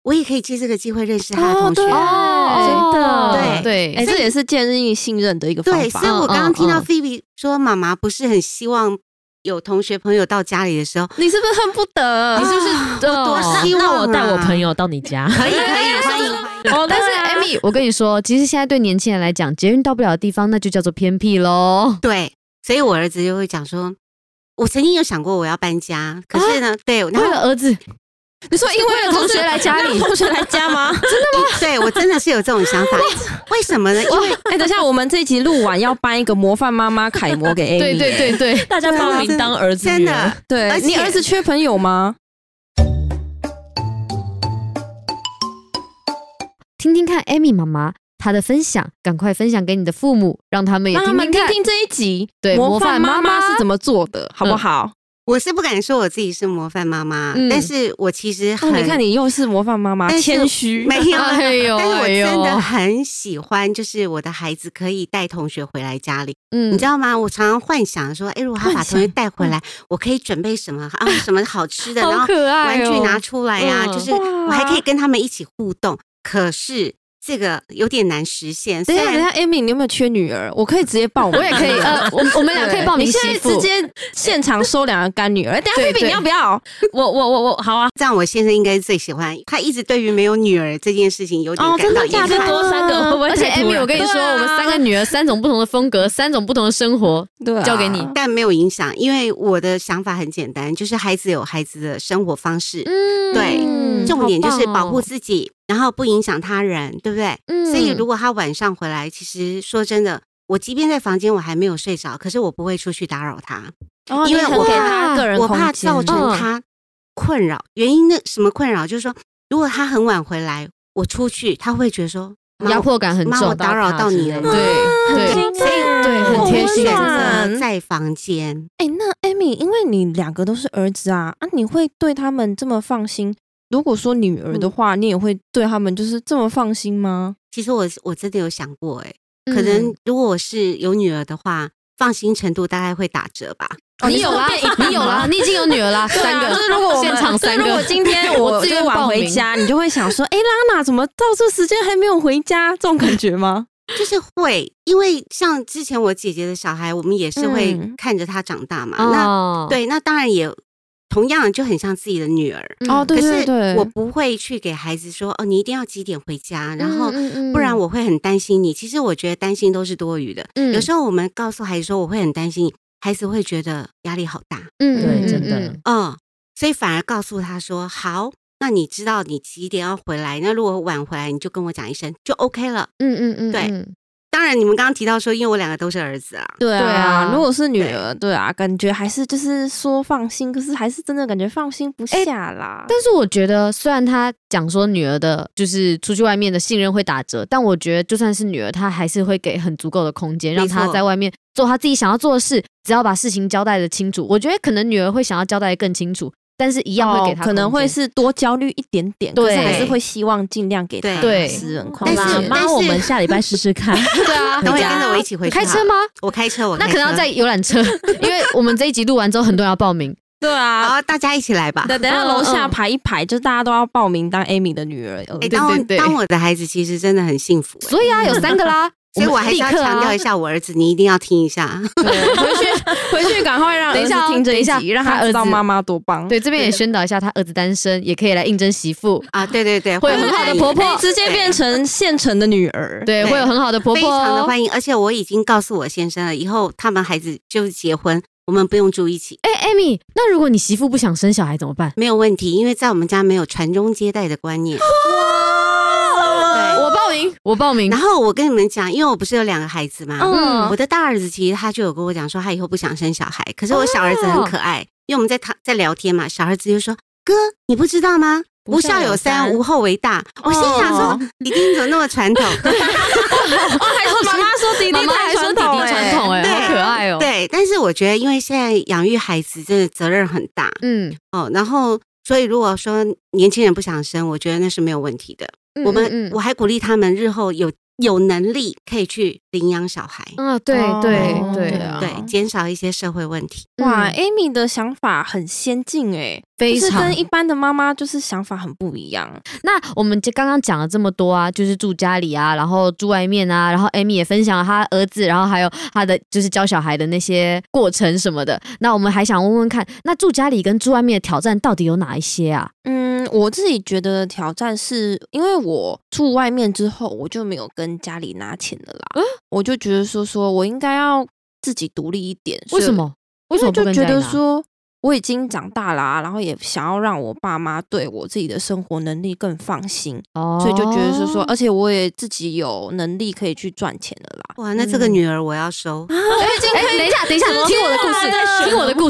Speaker 5: 我也可以借这个机会认识他的同学、啊。
Speaker 2: 哦，
Speaker 4: 真的
Speaker 2: 对对
Speaker 3: 哎，这也是建立信任的一个方
Speaker 5: 对，
Speaker 3: 法哦
Speaker 5: 所以。我刚
Speaker 2: 嗯嗯
Speaker 5: 刚听到
Speaker 2: 嗯
Speaker 5: p h 说妈妈不是很希望有同学朋友到家里的时候，
Speaker 3: 你是不是恨不 得？
Speaker 5: 你是不是
Speaker 2: 哦
Speaker 5: 多
Speaker 4: 那
Speaker 5: 希望、
Speaker 4: 那
Speaker 5: 啊、
Speaker 4: 我带我朋友到你家，
Speaker 5: 可以可以欢迎欢迎。
Speaker 4: 哦
Speaker 2: 但是 Amy，我跟你说，其实现在对年轻人来讲，捷运到不了的地方，那就叫做偏僻喽。
Speaker 5: 对，所以我儿子就会讲说，我曾经有想过我要搬家，可是呢，对，然
Speaker 2: 为
Speaker 5: 后
Speaker 2: 了儿子，
Speaker 3: 你说因为
Speaker 2: 为了 同学来家里
Speaker 3: 为了同学来家吗？
Speaker 5: 对我真的是有这种想法，为什么呢？因为
Speaker 3: 哎，等一下，我们这一集录完要颁一个模范妈妈楷模给 Amy。
Speaker 2: 对对对对，
Speaker 4: 大家
Speaker 5: 对
Speaker 4: 报
Speaker 5: 啊
Speaker 4: 名
Speaker 5: 真
Speaker 4: 当儿子
Speaker 5: 真
Speaker 4: 女儿
Speaker 5: 的，而
Speaker 3: 对，
Speaker 5: 且
Speaker 3: 你儿子缺朋友吗？
Speaker 2: 听听看 Amy 妈妈她的分享，赶快分享给你的父母，让他们也
Speaker 3: 让他
Speaker 2: 听
Speaker 3: 们
Speaker 2: 听
Speaker 3: 听
Speaker 2: 看。
Speaker 3: 听这一集，
Speaker 2: 对
Speaker 3: 模范
Speaker 2: 模范
Speaker 3: 妈
Speaker 2: 妈妈
Speaker 3: 妈是怎么做的，好不好？
Speaker 5: 我是不敢说我自己是模范妈妈，
Speaker 2: 嗯
Speaker 5: 但是我其实
Speaker 3: 哦，
Speaker 5: 很、
Speaker 3: 你看你又是模范妈妈，
Speaker 5: 但是
Speaker 3: 谦虚。
Speaker 5: 没 有。
Speaker 2: 哎呦
Speaker 5: 但是我
Speaker 2: 哎
Speaker 5: 真的
Speaker 2: 呦，
Speaker 5: 很喜欢，就是我的孩子可以带同学回来家里，
Speaker 2: 嗯
Speaker 5: 你知道吗？我常常幻想说，哎，如果他把
Speaker 2: 幻想嗯
Speaker 5: 同学带回来，我可以准备什么 啊？什么好吃的，然
Speaker 2: 好
Speaker 5: 后
Speaker 2: 可爱
Speaker 5: 玩
Speaker 2: 哦
Speaker 5: 具拿出来呀、
Speaker 2: 嗯
Speaker 5: 就是
Speaker 3: 哇
Speaker 5: 我还可以跟他们一起互动。可是这个有点难实现，
Speaker 3: 等
Speaker 5: 虽
Speaker 3: 一下，
Speaker 2: 啊
Speaker 3: 等一
Speaker 5: 然
Speaker 3: 下，Amy，你有没有缺女儿？我可以直接报名，
Speaker 2: 我 也可以，呃，我我们俩可以报名
Speaker 3: 你现
Speaker 2: 媳
Speaker 3: 在
Speaker 2: 妇
Speaker 3: 直。接现场收两个干女儿，哎等一下
Speaker 2: 对
Speaker 3: b a
Speaker 2: 对
Speaker 3: 你要不要？
Speaker 4: 我我我我好啊，
Speaker 5: 这样我先生应该是最喜欢。他一直对于没有女儿这件事情有点
Speaker 3: 哦
Speaker 5: 感
Speaker 3: 真的
Speaker 5: 到遗
Speaker 3: 假
Speaker 5: 憾
Speaker 3: 的。
Speaker 4: 再多三个会不会
Speaker 2: 嗯而且
Speaker 4: 太突
Speaker 2: Amy，
Speaker 4: 然
Speaker 2: 我跟你说，
Speaker 3: 对啊
Speaker 2: 我们三个女儿，三种不同的风格，三种不同的生活，
Speaker 3: 对啊
Speaker 2: 交给你。
Speaker 5: 但没有影响，因为我的想法很简单，就是孩子有孩子的生活方式，
Speaker 2: 嗯哦
Speaker 5: 对重点就是保护
Speaker 2: 己。
Speaker 5: 自己，然后不影响他人，对不对？
Speaker 2: 嗯
Speaker 5: 所以如果他晚上回来，其实说真的，我即便在房间我还没有睡着，可是我不会出去打扰他，
Speaker 3: 哦
Speaker 5: 因为
Speaker 3: 你很
Speaker 5: 我
Speaker 3: 给他个人
Speaker 5: 我
Speaker 3: 空
Speaker 5: 怕
Speaker 3: 间
Speaker 5: 造成他困扰。原因那什么困扰，就是说如果他很晚回来，我出去，他会觉得说妈
Speaker 2: 压迫感很
Speaker 5: 妈我
Speaker 2: 重，
Speaker 5: 打扰到你了吗？
Speaker 2: 对对哎
Speaker 3: 很贴心啊
Speaker 2: 对很
Speaker 5: 我
Speaker 2: 贴
Speaker 5: 会
Speaker 2: 心
Speaker 5: 选
Speaker 3: 好温
Speaker 5: 择
Speaker 3: 暖
Speaker 5: 在房间。
Speaker 3: 哎、那 Amy，因为你两个都是儿子啊，啊，你会对他们这么放心？如果说女儿
Speaker 2: 嗯
Speaker 3: 的话，你也会对他们就是这么放心吗？
Speaker 5: 其实我我真的有想过、欸，可
Speaker 2: 嗯
Speaker 5: 能如果我是有女儿的话，放心程度大概会打折吧。
Speaker 2: 嗯你有啦，你有啦，你已经有女儿啦，三个。
Speaker 3: 啊就是如果我们
Speaker 2: 现场三个，
Speaker 3: 如果今天
Speaker 2: 我
Speaker 3: 我
Speaker 2: 自
Speaker 3: 自
Speaker 2: 愿
Speaker 3: 愿晚
Speaker 2: 报
Speaker 3: 回
Speaker 2: 名
Speaker 3: 家，你就会想说，哎、拉娜怎么到这时间还没有回家？这种感觉吗？
Speaker 5: 就是会，因为像之前我姐姐的小孩，我们也是会
Speaker 3: 嗯
Speaker 5: 看着他长大嘛。那
Speaker 2: 哦，
Speaker 5: 对，那当然也同样就很像自己的女儿。
Speaker 2: 嗯，
Speaker 3: 哦，对对
Speaker 5: 可
Speaker 3: 对，
Speaker 5: 是我不会去给孩子说哦，你一定要几点回家，然后
Speaker 2: 嗯，嗯
Speaker 5: 不然，我会很担心你。其实我觉得担心都是多余的。
Speaker 2: 嗯
Speaker 5: 有时候我们告诉孩子说我会很担心你，孩子会觉得压力好大。
Speaker 2: 嗯
Speaker 4: 对，真的，
Speaker 5: 嗯，所以反而告诉他说好。那你知道你几点要回来？那如果晚回来，你就跟我讲一声，就 OK 了。
Speaker 2: 嗯嗯嗯，
Speaker 5: 对
Speaker 2: 嗯
Speaker 5: 当然，你们刚刚提到说，因为我两个都是儿子啦，
Speaker 2: 对
Speaker 3: 对啊，如果是女
Speaker 5: 对
Speaker 3: 儿，对啊，感觉还是就是说放心，可是还是真的感觉放心不下啦。
Speaker 2: 但是我觉得，虽然他讲说女儿的，就是出去外面的信任会打折，但我觉得就算是女儿，她还是会给很足够的空间，
Speaker 5: 没
Speaker 2: 让
Speaker 5: 错
Speaker 2: 她在外面做她自己想要做的事，只要把事情交代的清楚。我觉得可能女儿会想要交代的更清楚，但是一样会给
Speaker 3: 哦
Speaker 2: 她、
Speaker 3: 可能会。是多焦虑一点点，可
Speaker 2: 对
Speaker 3: 是还是会希望尽量给他
Speaker 2: 对
Speaker 3: 私人
Speaker 4: 好
Speaker 3: 空
Speaker 5: 但
Speaker 3: 间。
Speaker 5: 是
Speaker 4: 啦，
Speaker 5: 但
Speaker 4: 妈，
Speaker 5: 是
Speaker 4: 我们下礼拜试试看。
Speaker 2: 对啊，
Speaker 5: 他会
Speaker 2: 回
Speaker 5: 跟
Speaker 2: 家
Speaker 5: 着我一起回
Speaker 2: 你
Speaker 5: 去。
Speaker 2: 开车吗？？
Speaker 5: 我开车，我
Speaker 2: 那可能要
Speaker 5: 开车
Speaker 2: 在游览 车，因为我们这一集录完之后，很多人要报名。
Speaker 3: 对啊，
Speaker 5: 好，大家一起来吧。
Speaker 3: 等等下
Speaker 2: 嗯
Speaker 3: 楼下
Speaker 2: 嗯
Speaker 3: 排一排，就大家都要报名当 Amy 的女儿。呃
Speaker 5: 哎，
Speaker 2: 对
Speaker 5: 当我
Speaker 2: 对
Speaker 5: 当我的孩子其实真的很幸福，哎
Speaker 2: 所以啊，有三个 啦，
Speaker 5: 所以我还是
Speaker 2: 立
Speaker 5: 要
Speaker 2: 刻
Speaker 5: 强
Speaker 2: 啊
Speaker 5: 调一。下，我儿子你一定要听一下。
Speaker 3: 对回去回去赶快让儿
Speaker 2: 等一下哦
Speaker 3: 子听这
Speaker 2: 等一下
Speaker 3: 集，让
Speaker 2: 他
Speaker 3: 他
Speaker 2: 儿
Speaker 3: 知道
Speaker 2: 子
Speaker 3: 妈妈多棒。
Speaker 2: 对，这边也宣导一下，他儿子单身，也可以来应征媳妇。
Speaker 5: 啊，对对对，
Speaker 2: 会有很好的
Speaker 5: 欢迎
Speaker 2: 婆婆
Speaker 5: 对
Speaker 3: 直接变成现成的女儿。
Speaker 2: 对，
Speaker 5: 对
Speaker 2: 会有很好的婆
Speaker 5: 非
Speaker 2: 婆哦，
Speaker 5: 常的欢迎。而且我已经告诉我先生了，以后他们孩子就是结婚，我们不用住一起，
Speaker 2: 哎、艾米，那如果你媳妇不想生小孩怎么办？
Speaker 5: 没有问题，因为在我们家没有传宗接代的观念。
Speaker 2: 我报名，我报名
Speaker 5: 然。后我跟你们讲，因为我不是有两个孩子嘛，
Speaker 2: 嗯
Speaker 5: 我的大儿子其实他就有跟我讲说，他以后不想生小孩。可是我小儿子
Speaker 2: 哦
Speaker 5: 很可爱，因为我们在他在聊天嘛，小儿子就说：“哥，你不知道吗？
Speaker 4: 不
Speaker 5: 不
Speaker 2: 啊
Speaker 4: 孝
Speaker 5: 孝
Speaker 4: 有
Speaker 5: 有三，
Speaker 4: 三
Speaker 5: 无后为大。我心想
Speaker 2: 哦
Speaker 5: 说：“弟弟你怎么那么传 统？”
Speaker 3: 还是妈妈说弟弟
Speaker 2: 妈妈
Speaker 3: 太
Speaker 2: 还说
Speaker 3: 传
Speaker 2: 弟
Speaker 3: 统
Speaker 2: 弟传统哎、
Speaker 5: 对
Speaker 2: 好可爱哦、，
Speaker 5: 对，但是我觉得，因为现在养育孩子真的责任很大
Speaker 2: 嗯，
Speaker 5: 哦。然后，所以如果说年轻人不想生，我觉得那是没有问题的。
Speaker 2: 嗯
Speaker 5: 我
Speaker 2: 嗯
Speaker 5: 们
Speaker 2: 嗯
Speaker 5: 我还鼓励他们日后有有能力可以去领养小孩，
Speaker 2: 啊，对
Speaker 3: 哦
Speaker 2: 对对
Speaker 3: 对啊
Speaker 2: 哦
Speaker 5: 对，减少一些社会问题。
Speaker 3: 哇
Speaker 2: 嗯
Speaker 3: ，Amy 的想法很先进哎、
Speaker 2: 非
Speaker 3: 就是
Speaker 2: 常
Speaker 3: 跟。一般的妈妈就是想法很不一样。
Speaker 2: 那我们就刚刚讲了这么多啊，就是住家里啊，然后住外面啊，然后艾米也分享了她儿子，然后还有她的就是教小孩的那些过程什么的。那我们还想问问看，那住家里跟住外面的挑战到底有哪一些啊？
Speaker 3: 嗯，我自己觉得挑战是因为我住外面之后，我就没有跟家里拿钱了啦。
Speaker 2: 嗯
Speaker 3: 我就觉得说，说我应该要自己独立一点。所
Speaker 2: 为
Speaker 3: 以
Speaker 2: 什？么？为什
Speaker 3: 因为
Speaker 2: 么不
Speaker 3: 就
Speaker 2: 跟
Speaker 3: 觉
Speaker 2: 家里
Speaker 3: 得
Speaker 2: 拿
Speaker 3: 说我已经长大啦、然后也想要让我爸妈对我自己的生活能力更放心，
Speaker 2: 哦
Speaker 3: 所以就觉得是说， 而且我也自己有能力可以去赚钱了啦。
Speaker 5: 哇，那这个
Speaker 2: 嗯
Speaker 5: 女儿我要收，
Speaker 2: 哎、等一下，等一下，听我的故 事，听我的故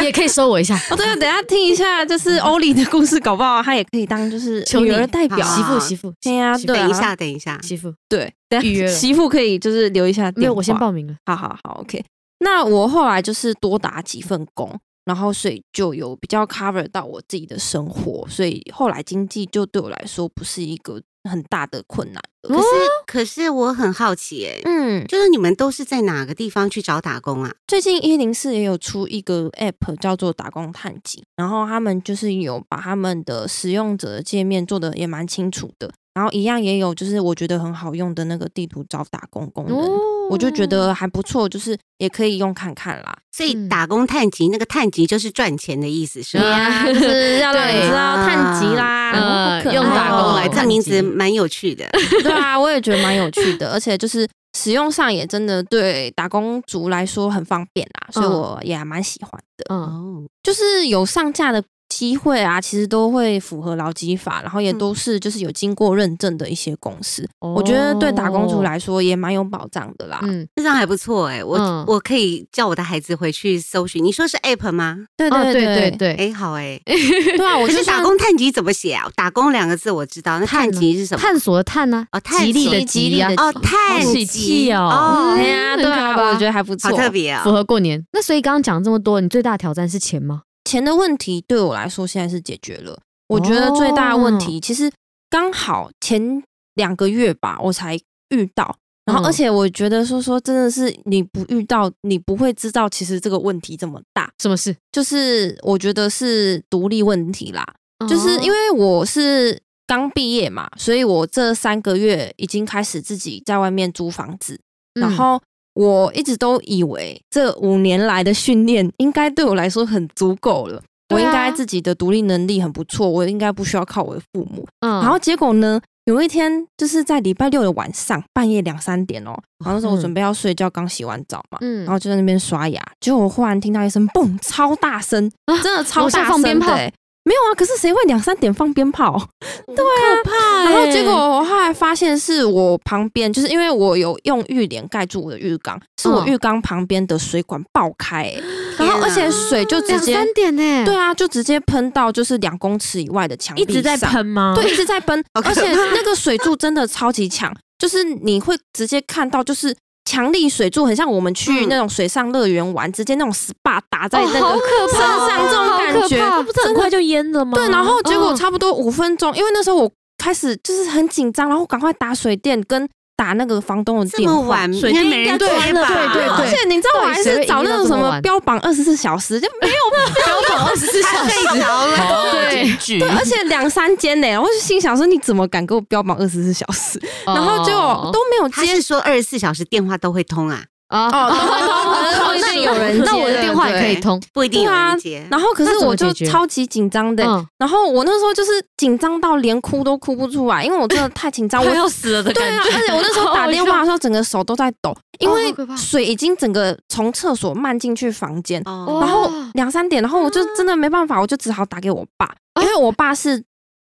Speaker 2: 事，也可以收我一下。
Speaker 3: 哦，对了，等一下听一下， 就是欧里的故事，搞不好她也可以当就是
Speaker 2: 求
Speaker 3: 女
Speaker 2: 你
Speaker 3: 儿代表啊
Speaker 2: 媳妇，媳妇，
Speaker 3: 对呀、对啊
Speaker 5: 等一下，等一下，
Speaker 2: 媳妇，
Speaker 3: 对，等 一下
Speaker 2: 预约了
Speaker 3: 媳妇可以就是留一下电话。
Speaker 2: 没有，我先报名了。
Speaker 3: 好好好，OK。那我后来就是多打几份工，然后所以就有比较 cover 到我自己的生活，所以后来经济就对我来说不是一个很大的困难了。
Speaker 2: 哦
Speaker 5: 可是可是我很好奇，哎，
Speaker 3: 嗯，
Speaker 5: 就是你们都是在哪个地方去找打工啊？
Speaker 3: 最近一零四也有出一个 app 叫做“打工探集”，然后他们就是有把他们的使用者的界面做的也蛮清楚的，然后一样也有就是我觉得很好用的那个地图找打工功能，
Speaker 2: 哦
Speaker 3: 嗯我就觉得还不错，就是也可以用看看啦。
Speaker 5: 所以
Speaker 2: 嗯
Speaker 5: 打工探集，那个探集就是赚钱的意思，是吗？
Speaker 2: 啊
Speaker 3: 就是要让你
Speaker 2: 对
Speaker 3: 知道探集啦，
Speaker 2: 呃
Speaker 3: 好可爱哦
Speaker 2: 用打工来探
Speaker 5: 这
Speaker 2: 集
Speaker 5: 名字蛮有趣的。
Speaker 3: 对啊，我也觉得蛮有趣的，而且就是使用上也真的对打工族来说很方便啦，所以
Speaker 2: 嗯
Speaker 3: 我也还蛮喜欢的。
Speaker 2: 嗯，
Speaker 5: 哦，
Speaker 3: 就是有上架的机会啊，其实都会符合劳基法，然后也
Speaker 5: 嗯
Speaker 3: 都是就是有经过认证的一些公司，
Speaker 2: 我
Speaker 3: 嗯我觉得对打工族，来说也蛮有保障的啦。
Speaker 2: 哦嗯，
Speaker 5: 这样还不错哎，我
Speaker 2: 嗯
Speaker 5: 我可以叫我的孩子回去搜寻。你说是 App 吗？
Speaker 3: 对
Speaker 2: 哦
Speaker 3: 对对
Speaker 2: 对对，
Speaker 5: 哎，好哎。
Speaker 3: 对，对啊，我
Speaker 5: 可
Speaker 3: 就是
Speaker 5: 打
Speaker 3: 像
Speaker 5: 工探集怎么写啊？打工两个字我知道，那
Speaker 2: 探
Speaker 5: 探
Speaker 2: 呢
Speaker 5: 集是什么？
Speaker 2: 探索的探呢？
Speaker 5: 哦探
Speaker 2: 吉利的
Speaker 5: 集
Speaker 2: 吉呀
Speaker 3: 吉利，的
Speaker 5: 哦，探
Speaker 4: 好喜
Speaker 5: 集
Speaker 4: 气哦
Speaker 5: 哦
Speaker 3: 哎，呀，对
Speaker 2: 很可爱
Speaker 3: 啊，
Speaker 2: 嗯吧
Speaker 3: 我觉得还不错
Speaker 5: 好。特别啊
Speaker 2: 符！合过年。那所以刚刚讲这么多，你最大的挑战是钱吗？
Speaker 3: 钱的问题对我来说现在是解决了。我觉得最大的问题，其实刚好前两个月吧，我才遇到。然后，
Speaker 2: 嗯
Speaker 3: 而且我觉得说说真的是你不遇到，你不会知道其实这个问题这么大。
Speaker 2: 什么事？哦
Speaker 3: 就是我觉得是独立问题啦，就是因为我是刚毕业嘛，所以我这三个月已经开始自己在外面租房子，
Speaker 2: 嗯
Speaker 3: 然后我一直都以为这五年来的训练应该对我来说很足够了，我
Speaker 2: 对啊
Speaker 3: 应该自己的独立能力很不错，我应该不需要靠我的父母。
Speaker 2: 嗯，
Speaker 3: 然后结果呢，有一天就是在礼拜六的晚上半夜两三点哦，然后那时候我
Speaker 2: 嗯
Speaker 3: 准备要睡觉，刚洗完澡嘛，
Speaker 2: 嗯
Speaker 3: 然后就在那边刷牙，结果我忽然听到一声嘣，超大声，
Speaker 2: 啊
Speaker 3: 真的超
Speaker 2: 楼下
Speaker 3: 大
Speaker 2: 放
Speaker 3: 声
Speaker 2: 鞭
Speaker 3: 的、
Speaker 2: 炮
Speaker 3: 欸。没有啊，可是谁会两三点放鞭炮？
Speaker 2: 可怕欸，
Speaker 3: 然后结果我后来发现是我旁边，就是因为我有用浴帘盖住我的浴缸，是我
Speaker 2: 嗯
Speaker 3: 浴缸旁边的水管爆开、欸，然后而且水就直
Speaker 2: 两
Speaker 3: 接
Speaker 2: 三点呢，
Speaker 3: 对，啊，就直接喷到就是两公尺以外的墙壁
Speaker 4: 一直在
Speaker 3: 上
Speaker 4: 喷吗？
Speaker 3: 对，一直在奔，
Speaker 5: 好可
Speaker 3: 而
Speaker 5: 怕
Speaker 3: 且那个水柱真的超级强，就是你会直接看到，就是强力水柱，很像我们去
Speaker 5: 嗯
Speaker 3: 那种水上乐园玩，直接那种 SPA 打在
Speaker 2: 哦，
Speaker 3: 那
Speaker 2: 好
Speaker 3: 个。
Speaker 2: 可怕哦，
Speaker 3: 身上这种
Speaker 2: 好
Speaker 3: 感
Speaker 2: 可
Speaker 3: 觉
Speaker 2: 怕
Speaker 4: 那不是很快就淹了吗？
Speaker 3: 对，然后结果
Speaker 2: 哦
Speaker 3: 差不多五分钟，因为那时候我开始就是很紧张，然后赶快打水电跟打那个房东的
Speaker 5: 这
Speaker 3: 电
Speaker 5: 么
Speaker 3: 话
Speaker 5: 晚。
Speaker 4: 水
Speaker 5: 应该
Speaker 4: 晶
Speaker 5: 没人
Speaker 4: 应该
Speaker 5: 接
Speaker 4: 关了
Speaker 5: 吧？
Speaker 2: 对对
Speaker 3: 而
Speaker 2: 对
Speaker 3: 且你知道我还
Speaker 2: 到底谁
Speaker 3: 是
Speaker 2: 会
Speaker 3: 找
Speaker 2: 赢
Speaker 3: 那
Speaker 2: 到
Speaker 3: 种
Speaker 2: 这
Speaker 3: 什
Speaker 2: 么
Speaker 3: 么
Speaker 2: 晚
Speaker 3: 标榜二十四小时，就没有
Speaker 2: 标 榜二十四小时，
Speaker 5: 睡着了。
Speaker 4: 好
Speaker 2: 对
Speaker 4: 警句
Speaker 3: 对，而且两三间呢，我就心想说你怎么敢给我标榜二十四小时？
Speaker 2: 哦
Speaker 3: 然后结果都没有
Speaker 5: 他
Speaker 3: 接
Speaker 5: 是说二十四小时电话都会通啊，
Speaker 2: 啊
Speaker 3: 哦都会通可 能会是有人
Speaker 2: 那我
Speaker 3: 接
Speaker 2: 的
Speaker 3: 的
Speaker 2: 电话也可以
Speaker 3: 对啊
Speaker 2: 通，
Speaker 5: 不一定有人接。
Speaker 3: 然后可
Speaker 2: 那
Speaker 3: 是
Speaker 2: 怎
Speaker 3: 我
Speaker 2: 么解
Speaker 3: 就
Speaker 2: 决
Speaker 3: 超级紧张的、
Speaker 2: 嗯
Speaker 3: 然后我那时候就是紧张到连哭都哭不出来，因为我真的太 紧张，
Speaker 4: 快
Speaker 3: 我
Speaker 4: 要死了的
Speaker 3: 对
Speaker 4: 感
Speaker 3: 啊，
Speaker 4: 觉。
Speaker 3: 而且我那时候打电话的时候，整个手都在抖，因
Speaker 2: 好
Speaker 3: 为
Speaker 5: 哦
Speaker 2: 可怕
Speaker 3: 水已经整个从厕所漫进去房间，
Speaker 5: 哦
Speaker 3: 然后
Speaker 2: 哦
Speaker 3: 两三点，然后我就真的没办法，我就只好打给我爸，因为我爸是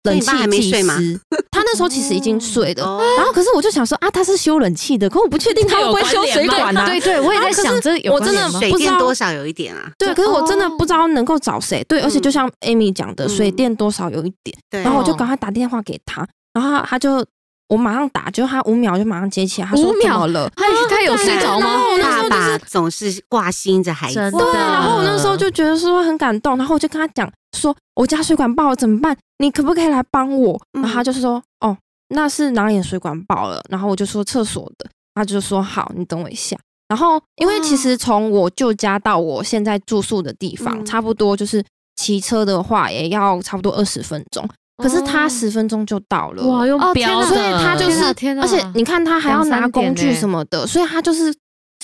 Speaker 5: 哦所
Speaker 3: 冷
Speaker 5: 以你
Speaker 3: 气
Speaker 5: 爸还没
Speaker 3: 技
Speaker 5: 睡吗
Speaker 3: 师，他那时候其实已经睡了。
Speaker 5: 哦
Speaker 3: 然后，可是我就想说啊，他是修冷气的，可我不确定他会不会
Speaker 4: 这有
Speaker 3: 修
Speaker 4: 关
Speaker 3: 水
Speaker 4: 联吗
Speaker 3: 管啊。
Speaker 2: 对对，我也
Speaker 3: 然后
Speaker 2: 在
Speaker 3: 可
Speaker 2: 想
Speaker 3: 是
Speaker 2: 这有
Speaker 3: 我
Speaker 2: 关
Speaker 3: 真
Speaker 2: 联
Speaker 3: 的
Speaker 2: 吗
Speaker 5: 水
Speaker 3: 不知
Speaker 5: 电
Speaker 3: 道
Speaker 5: 多少有一点啊，
Speaker 3: 对，可是我真的
Speaker 2: 哦
Speaker 3: 不知道能够找谁。对，而且就像 Amy 讲的，
Speaker 5: 嗯
Speaker 3: 水电多少有一点，
Speaker 5: 对，
Speaker 3: 然后我就赶快打电话给他，然后他他就我马上打，就他五秒就马上接起来，他说
Speaker 2: 五秒
Speaker 3: 怎么了？
Speaker 2: 他他有睡着吗？
Speaker 3: 啊我那时
Speaker 5: 爸
Speaker 3: 候就是
Speaker 5: 爸总是挂心着孩子，
Speaker 4: 真的
Speaker 3: 对，然后我那时候就觉得说很感动，然后我就跟他讲说，我家水管爆了怎么办？你可不可以来帮我？
Speaker 5: 嗯
Speaker 3: 然后他就说，哦，那是哪里的水管爆了？然后我就说厕所的，他就说好，你等我一下。然后因为其实从我舅家到我现在住宿的地方，
Speaker 5: 嗯
Speaker 3: 差不多就是骑车的话也要差不多二十分钟，可是他十分钟就到了。
Speaker 4: 哇，
Speaker 2: 哦
Speaker 4: 用
Speaker 2: 天
Speaker 4: 标
Speaker 2: 哪
Speaker 4: 的，
Speaker 3: 所以他就
Speaker 2: 天
Speaker 3: 是
Speaker 2: 哪天，哪
Speaker 3: 而且你看他还要拿工具
Speaker 2: 两三点欸
Speaker 3: 什么的，所以他就是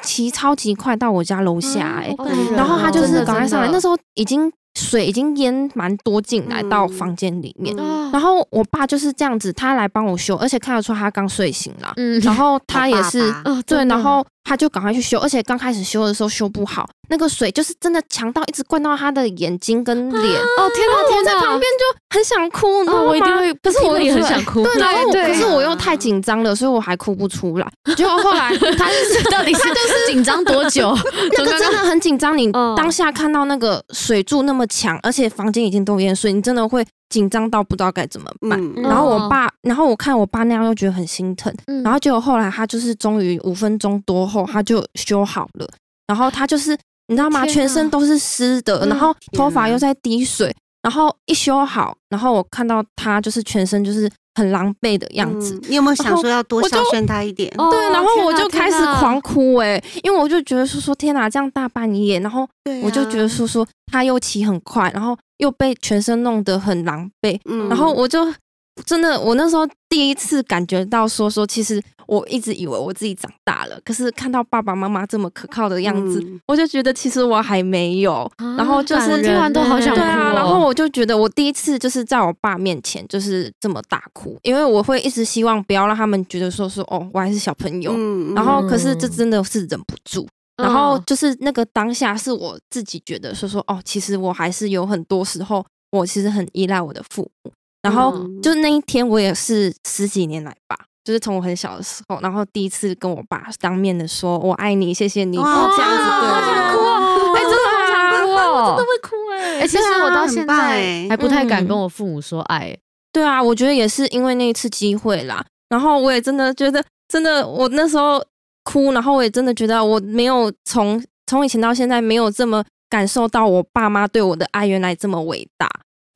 Speaker 3: 骑超级快到我家楼下哎、
Speaker 2: 哦
Speaker 5: 对
Speaker 3: 然后他就
Speaker 2: 真
Speaker 3: 是
Speaker 2: 的
Speaker 3: 赶快
Speaker 2: 真
Speaker 3: 上来，
Speaker 2: 的
Speaker 3: 那时候已经水已经淹蛮多进来
Speaker 5: 嗯
Speaker 3: 到房间里面，
Speaker 2: 哦
Speaker 3: 然后我爸就是这样子，他来帮我修，而且看得出他刚睡醒啦，
Speaker 2: 嗯
Speaker 3: 然 后他也是。
Speaker 5: 好爸爸
Speaker 2: 哦
Speaker 3: 对，
Speaker 2: 真的
Speaker 3: 然后他就赶快去修，而且刚开始修的时候修不好，那个水就是真的强到一直灌到他的眼睛跟脸，
Speaker 2: 哦天哪
Speaker 3: 我
Speaker 2: 天
Speaker 3: 在
Speaker 2: 哪，
Speaker 3: 旁边就很想哭，你知道
Speaker 2: 哦
Speaker 3: 吗？
Speaker 2: 我一定会，
Speaker 3: 可是我
Speaker 4: 也
Speaker 3: 又
Speaker 4: 很想哭。
Speaker 3: 对，然后我
Speaker 2: 对
Speaker 3: 可
Speaker 2: 对
Speaker 3: 是我又太紧张了，所以我还哭不出 来。结果后 来他就是
Speaker 2: 到底是就是紧张多久？
Speaker 3: 那个真的很紧张，你
Speaker 2: 嗯
Speaker 3: 当下看到那个水柱那么强，而且房间已经都淹水，你真的会紧张到不知道该怎么办。
Speaker 5: 嗯，
Speaker 3: 然后我
Speaker 2: 哦
Speaker 3: 爸，然后我看我爸那样又觉得很心疼，
Speaker 2: 嗯
Speaker 3: 然后结果后来他就是终于五分钟多后他就修好了，然后他就是你知道吗？
Speaker 2: 天啊
Speaker 3: 全身都是湿的，
Speaker 2: 嗯
Speaker 3: 然后头发
Speaker 5: 天啊
Speaker 3: 又在滴水，然后一修好，然后我看到他就是全身就是很狼狈的样子，
Speaker 5: 嗯，你有没有想说要多
Speaker 3: 然后我
Speaker 5: 孝
Speaker 3: 就
Speaker 5: 顺他一点？
Speaker 2: 哦
Speaker 3: 对，然后
Speaker 2: 天
Speaker 3: 我
Speaker 2: 哪
Speaker 3: 就
Speaker 2: 天
Speaker 3: 开始
Speaker 2: 哪
Speaker 3: 狂哭哎、因为我就觉得说说天哪，这样大半夜，然后
Speaker 5: 对啊
Speaker 3: 我就觉得，说说他又骑很快，然后又被全身弄得很狼狈，
Speaker 5: 嗯
Speaker 3: 然后我就真的，我那时候第一次感觉到说说，其实我一直以为我自己长大了，可是看到爸爸妈妈这么可靠的样子，
Speaker 5: 嗯
Speaker 3: 我就觉得其实我还没有。
Speaker 2: 啊
Speaker 3: 然后就是
Speaker 2: 我听完都好想哭
Speaker 3: 对
Speaker 2: 哦
Speaker 3: 啊，然后我就觉得我第一次就是在我爸面前就是这么大哭，因为我会一直希望不要让他们觉得说说哦，我还是小朋友。
Speaker 5: 嗯
Speaker 3: 然后可是这
Speaker 4: 嗯
Speaker 3: 真的是忍不住，然后就是那个当下是我自己觉得说说哦，其实我还是有很多时候我其实很依赖我的父母。然后
Speaker 5: 嗯
Speaker 3: 就那一天我也是十几年来吧，就是从我很小的时候，然后第一次跟我爸当面的说我爱你，谢谢你，
Speaker 5: 哇
Speaker 3: 这样子
Speaker 5: 哇
Speaker 3: 对
Speaker 5: 好想哭
Speaker 2: 哦
Speaker 3: 哎真的好想
Speaker 2: 哭
Speaker 3: 啊
Speaker 2: 哦。
Speaker 4: 会哭哎
Speaker 2: 哎，其实我到现
Speaker 5: 很棒
Speaker 2: 在
Speaker 5: 哎
Speaker 2: 还不太敢
Speaker 3: 嗯
Speaker 2: 跟我父母说爱，
Speaker 3: 对啊，我觉得也是因为那一次机会啦。然后我也真的觉得，真的我那时候哭，然后我也真的觉得我没有从从以前到现在没有这么感受到我爸妈对我的爱原来这么伟大。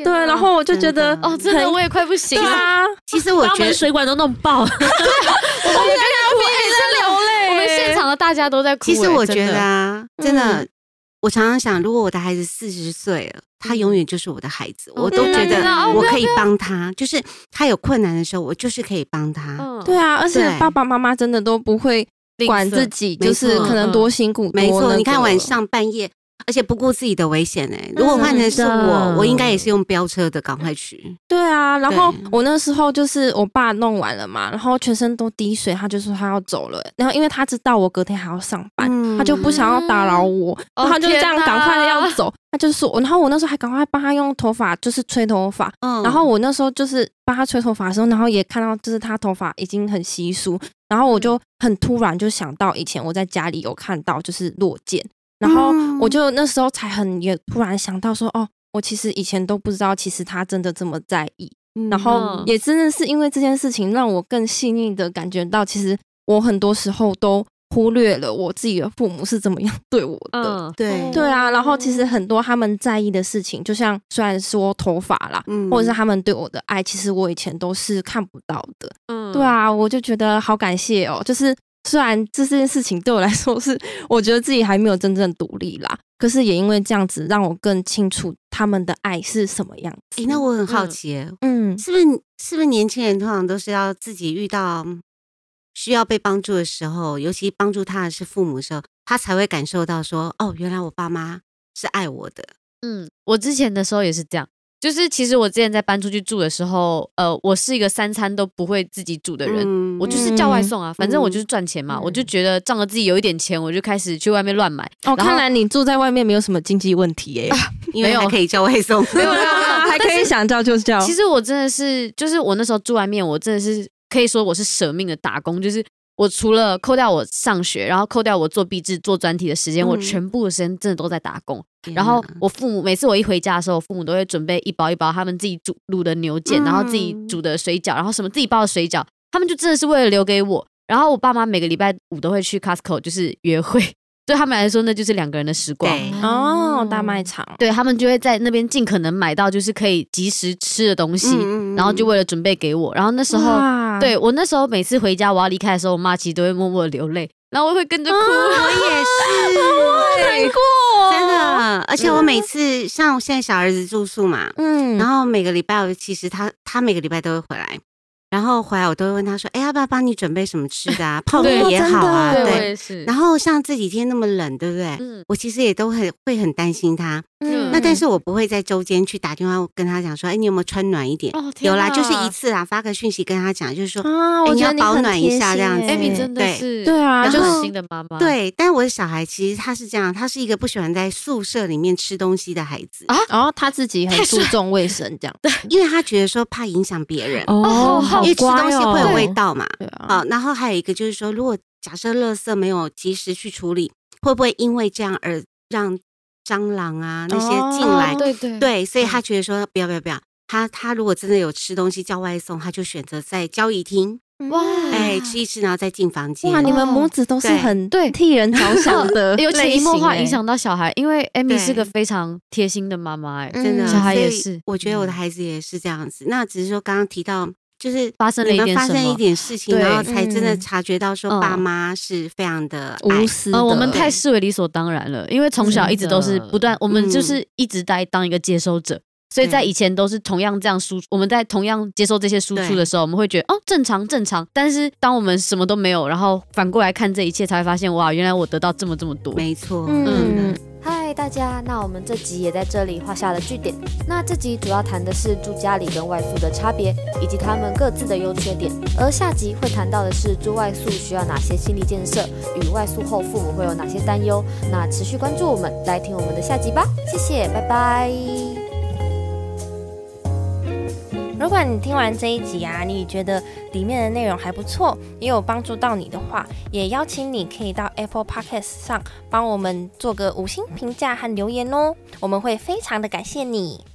Speaker 3: 对，然后我就觉得
Speaker 5: 真的
Speaker 2: 哦，真的
Speaker 3: 很
Speaker 2: 我也快不行
Speaker 3: 对
Speaker 2: 了。
Speaker 3: 啊，
Speaker 5: 其实我
Speaker 4: 把我
Speaker 5: 觉
Speaker 4: 们
Speaker 5: 得
Speaker 4: 水管都弄 爆，
Speaker 2: 我们现场的大家都在哭。
Speaker 5: 其实
Speaker 2: 哎
Speaker 5: 我
Speaker 2: 真
Speaker 3: 欸
Speaker 5: 觉
Speaker 2: 的
Speaker 3: 啊嗯
Speaker 5: 得啊，真的，我常常想，如果我的孩子四十岁了，他永远就是我的孩子，我
Speaker 3: 啊
Speaker 5: 都觉
Speaker 2: 天哪天哪
Speaker 5: 得
Speaker 2: 哦
Speaker 5: 我
Speaker 2: 不要
Speaker 5: 可以帮他，就是他有困难的时候，我就是可以帮他。
Speaker 2: 嗯，
Speaker 3: 对啊，而且
Speaker 5: 对
Speaker 3: 爸爸妈妈真的都不会管自
Speaker 4: 己，
Speaker 3: 己，
Speaker 5: 没
Speaker 3: 就
Speaker 5: 错
Speaker 3: 是可能多辛苦，
Speaker 5: 没
Speaker 3: 多那嗯
Speaker 5: 错，
Speaker 3: 个
Speaker 5: 你看晚上半夜，而且不顾自己的危险哎、如果换成是
Speaker 4: 真的
Speaker 5: 我，我应该也是用飙车的，赶快去。
Speaker 3: 对啊，然后
Speaker 5: 对
Speaker 3: 我那时候就是我爸弄完了嘛，然后全身都滴水，他就说他要走了，然后因为他知道我隔天还要上班，
Speaker 5: 嗯
Speaker 3: 啊他就不想要打扰我，然后他就这样
Speaker 2: 哦天哪
Speaker 3: 赶快要走，他就说，然后我那时候还赶快帮他用头发就是吹头发，
Speaker 5: 嗯
Speaker 3: 然后我那时候就是帮他吹头发的时候，然后也看到就是他头发已经很稀疏，然后我
Speaker 5: 嗯
Speaker 3: 就很突然就想到以前我在家里有看到就是落剑，然后
Speaker 5: 嗯
Speaker 3: 我就那时候才很也突然想到说，哦，我其实以前都不知道，其实他真的这么在意，然后
Speaker 4: 嗯
Speaker 3: 也真的是因为这件事情，让我更细腻的感觉到，其实我很多时候都忽略了我自己的父母是怎么样对我的。
Speaker 4: 嗯，
Speaker 5: 对，
Speaker 3: 对啊，然后其实很多他们在意的事情，就像虽然说头发啦，
Speaker 5: 嗯
Speaker 3: 或者是他们对我的爱，其实我以前都是看不到的。
Speaker 2: 嗯
Speaker 3: 对，啊，我就觉得好感谢哦。就是虽然这件事情对我来说是， 我觉得自己还没有真正独立啦，可是也因为这样子，让我更清楚他们的爱是什么样子。
Speaker 5: 诶那我很好奇、诶
Speaker 3: 嗯，
Speaker 5: 是不是是不是年轻人通常都是要自己遇到需要被帮助的时候，尤其帮助他的是父母的时候，他才会感受到说，哦，原来我爸妈是爱我的。
Speaker 2: 嗯，我之前的时候也是这样，就是其实我之前在搬出去住的时候，呃，我是一个三餐都不会自己煮的人，
Speaker 5: 嗯
Speaker 2: 我就是叫外
Speaker 3: 嗯
Speaker 2: 送啊，反正我
Speaker 5: 嗯
Speaker 2: 就是赚钱嘛，
Speaker 4: 嗯
Speaker 2: 我就觉得仗着自己有一点钱，我就开始去外面乱买。
Speaker 3: 哦，
Speaker 2: 然后
Speaker 3: 看来你住在外面没有什么经济问题 耶、
Speaker 5: 因为
Speaker 2: 没有
Speaker 5: 还可以叫外送，
Speaker 2: 没 有啦
Speaker 3: 还可以想叫就叫。
Speaker 2: 其实我真的是，就是我那时候住外面，我真的是可以说我是舍命的打工，就是我除了扣掉我上学，然后扣掉我做壁纸、做专题的时间，我
Speaker 5: 嗯
Speaker 2: 全部的时间真的都在打工。
Speaker 5: 天
Speaker 2: 然后
Speaker 5: 哪
Speaker 2: 我父母每次我一回家的时候，我父母都会准备一包一包他们自己煮卤的牛腱，然后自己
Speaker 5: 嗯
Speaker 2: 煮的水饺，然后什么自己包的水饺，他们就真的是为了留给我。然后我爸妈每个礼拜五都会去 Costco 就是约会， 对他们来说那就是两个人的时光。
Speaker 5: 对
Speaker 3: 哦，大卖场，
Speaker 2: 对他们就会在那边尽可能买到就是可以及时吃的东西，
Speaker 5: 嗯嗯嗯
Speaker 2: 然后就为了准备给我。然后那时候，
Speaker 3: 哇，
Speaker 2: 对我那时候每次回家我要离开的时候，我妈其实都会默默地流泪，然后我会跟着哭。
Speaker 5: 我也是，
Speaker 2: 难过
Speaker 3: 哦
Speaker 5: 真的。而且我
Speaker 2: 嗯
Speaker 5: 每次像我现在小儿子住宿嘛，
Speaker 3: 嗯，
Speaker 5: 然后每个礼拜我其实他他每个礼拜都会回来，然后回来我都会问他说：“哎，要不要帮你准备什么吃 的啊？泡面
Speaker 2: 对
Speaker 5: 也好啊。”
Speaker 2: 对，我
Speaker 5: 对。
Speaker 2: 也是。
Speaker 5: 然后像这几天那么冷，对不对？
Speaker 2: 嗯，
Speaker 5: 我其实也都很会很担心他，
Speaker 2: 嗯
Speaker 5: 那但是我不会在周间去打电话跟他讲说，哎，你有没有穿暖一点？
Speaker 2: 哦天
Speaker 5: 有啦，
Speaker 2: 哪嗯
Speaker 5: 就是一次啊，发个讯息跟他讲，就是说，
Speaker 3: 啊，
Speaker 5: 哎
Speaker 3: 我
Speaker 5: 你
Speaker 3: 觉
Speaker 5: 要
Speaker 3: 得你
Speaker 5: 保
Speaker 3: 很
Speaker 5: 暖一
Speaker 3: 贴
Speaker 5: 下这
Speaker 3: 心
Speaker 5: 样子
Speaker 1: 哎
Speaker 3: 耶
Speaker 2: Amy 真的
Speaker 5: 嗯对
Speaker 2: 是
Speaker 3: 对啊，
Speaker 2: 很
Speaker 5: 然
Speaker 3: 就
Speaker 5: 后
Speaker 2: 有心的妈妈。
Speaker 5: 对，但我的小孩其实他是这样，他是一个不喜欢在宿舍里面吃东西的孩子，
Speaker 2: 啊
Speaker 3: 然后他自己很
Speaker 2: 太
Speaker 3: 注
Speaker 2: 帅
Speaker 3: 重卫生 这样，
Speaker 5: 因为他觉得说怕影响别人，
Speaker 2: 哦好
Speaker 5: 因为吃
Speaker 3: 乖
Speaker 5: 东西会有
Speaker 3: 哦
Speaker 5: 味道嘛。哦
Speaker 3: 对
Speaker 2: 嗯
Speaker 3: 啊，
Speaker 5: 好，然后还有一个就是说，如果假设垃圾没有及时去处理，会不会因为这样而让蟑螂啊那些进
Speaker 3: 哦
Speaker 5: 来？
Speaker 2: 对对，
Speaker 5: 对，所以他觉得说不要不要不要。他他如果真的有吃东西叫外送，他就选择在交易厅，
Speaker 2: 哇
Speaker 3: 嗯
Speaker 5: 哎，吃
Speaker 2: 啊
Speaker 5: 一吃，然后再进房间。
Speaker 3: 哇，你们
Speaker 2: 哦
Speaker 3: 母子都是
Speaker 5: 对
Speaker 3: 很
Speaker 2: 对
Speaker 3: 替人着 想的类型欸，
Speaker 2: 有潜移默化影
Speaker 1: 哎
Speaker 2: 响到小孩，因为 Amy
Speaker 5: 对
Speaker 2: 是个非常贴心的妈妈，哎，
Speaker 5: 真的，
Speaker 2: 小孩也
Speaker 5: 所以
Speaker 2: 是嗯
Speaker 5: 我觉得我的孩子也是这样子。那只是说刚刚提到，就是
Speaker 2: 发生了
Speaker 5: 你
Speaker 2: 一
Speaker 5: 们
Speaker 2: 点
Speaker 5: 发
Speaker 2: 什
Speaker 5: 生一
Speaker 2: 么？
Speaker 5: 点事情，
Speaker 2: 对
Speaker 5: 然后才真的
Speaker 3: 嗯
Speaker 5: 察觉到说
Speaker 2: 嗯
Speaker 5: 爸妈是非常的爱嗯
Speaker 3: 无。私的，
Speaker 2: 呃，我们太视为理所当然了，因为从小一直都是不断，我们就是一直在当一个接收者，所以在
Speaker 5: 嗯对
Speaker 2: 以前都是同样这样输，我们在同样接收这些输出
Speaker 5: 对
Speaker 2: 的时候，我们会觉得哦正常正常，但是当我们什么都没有，然后反过来看这一切，才会发现哇，原来我得到这么这么多。
Speaker 5: 没错，真的
Speaker 3: 嗯，
Speaker 6: 嗨，大家，那我们这集也在这里画下了句点。那这集主要谈的是住家里跟外宿的差别，以及他们各自的优缺点。而下集会谈到的是住外宿需要哪些心理建设，与外宿后父母会有哪些担忧。那持续关注我们，来听我们的下集吧。谢谢，拜拜。
Speaker 1: 如果你听完这一集啊，你觉得里面的内容还不错，也有帮助到你的话，也邀请你可以到 Apple Podcast 上帮我们做个五星评价和留言哦，我们会非常的感谢你。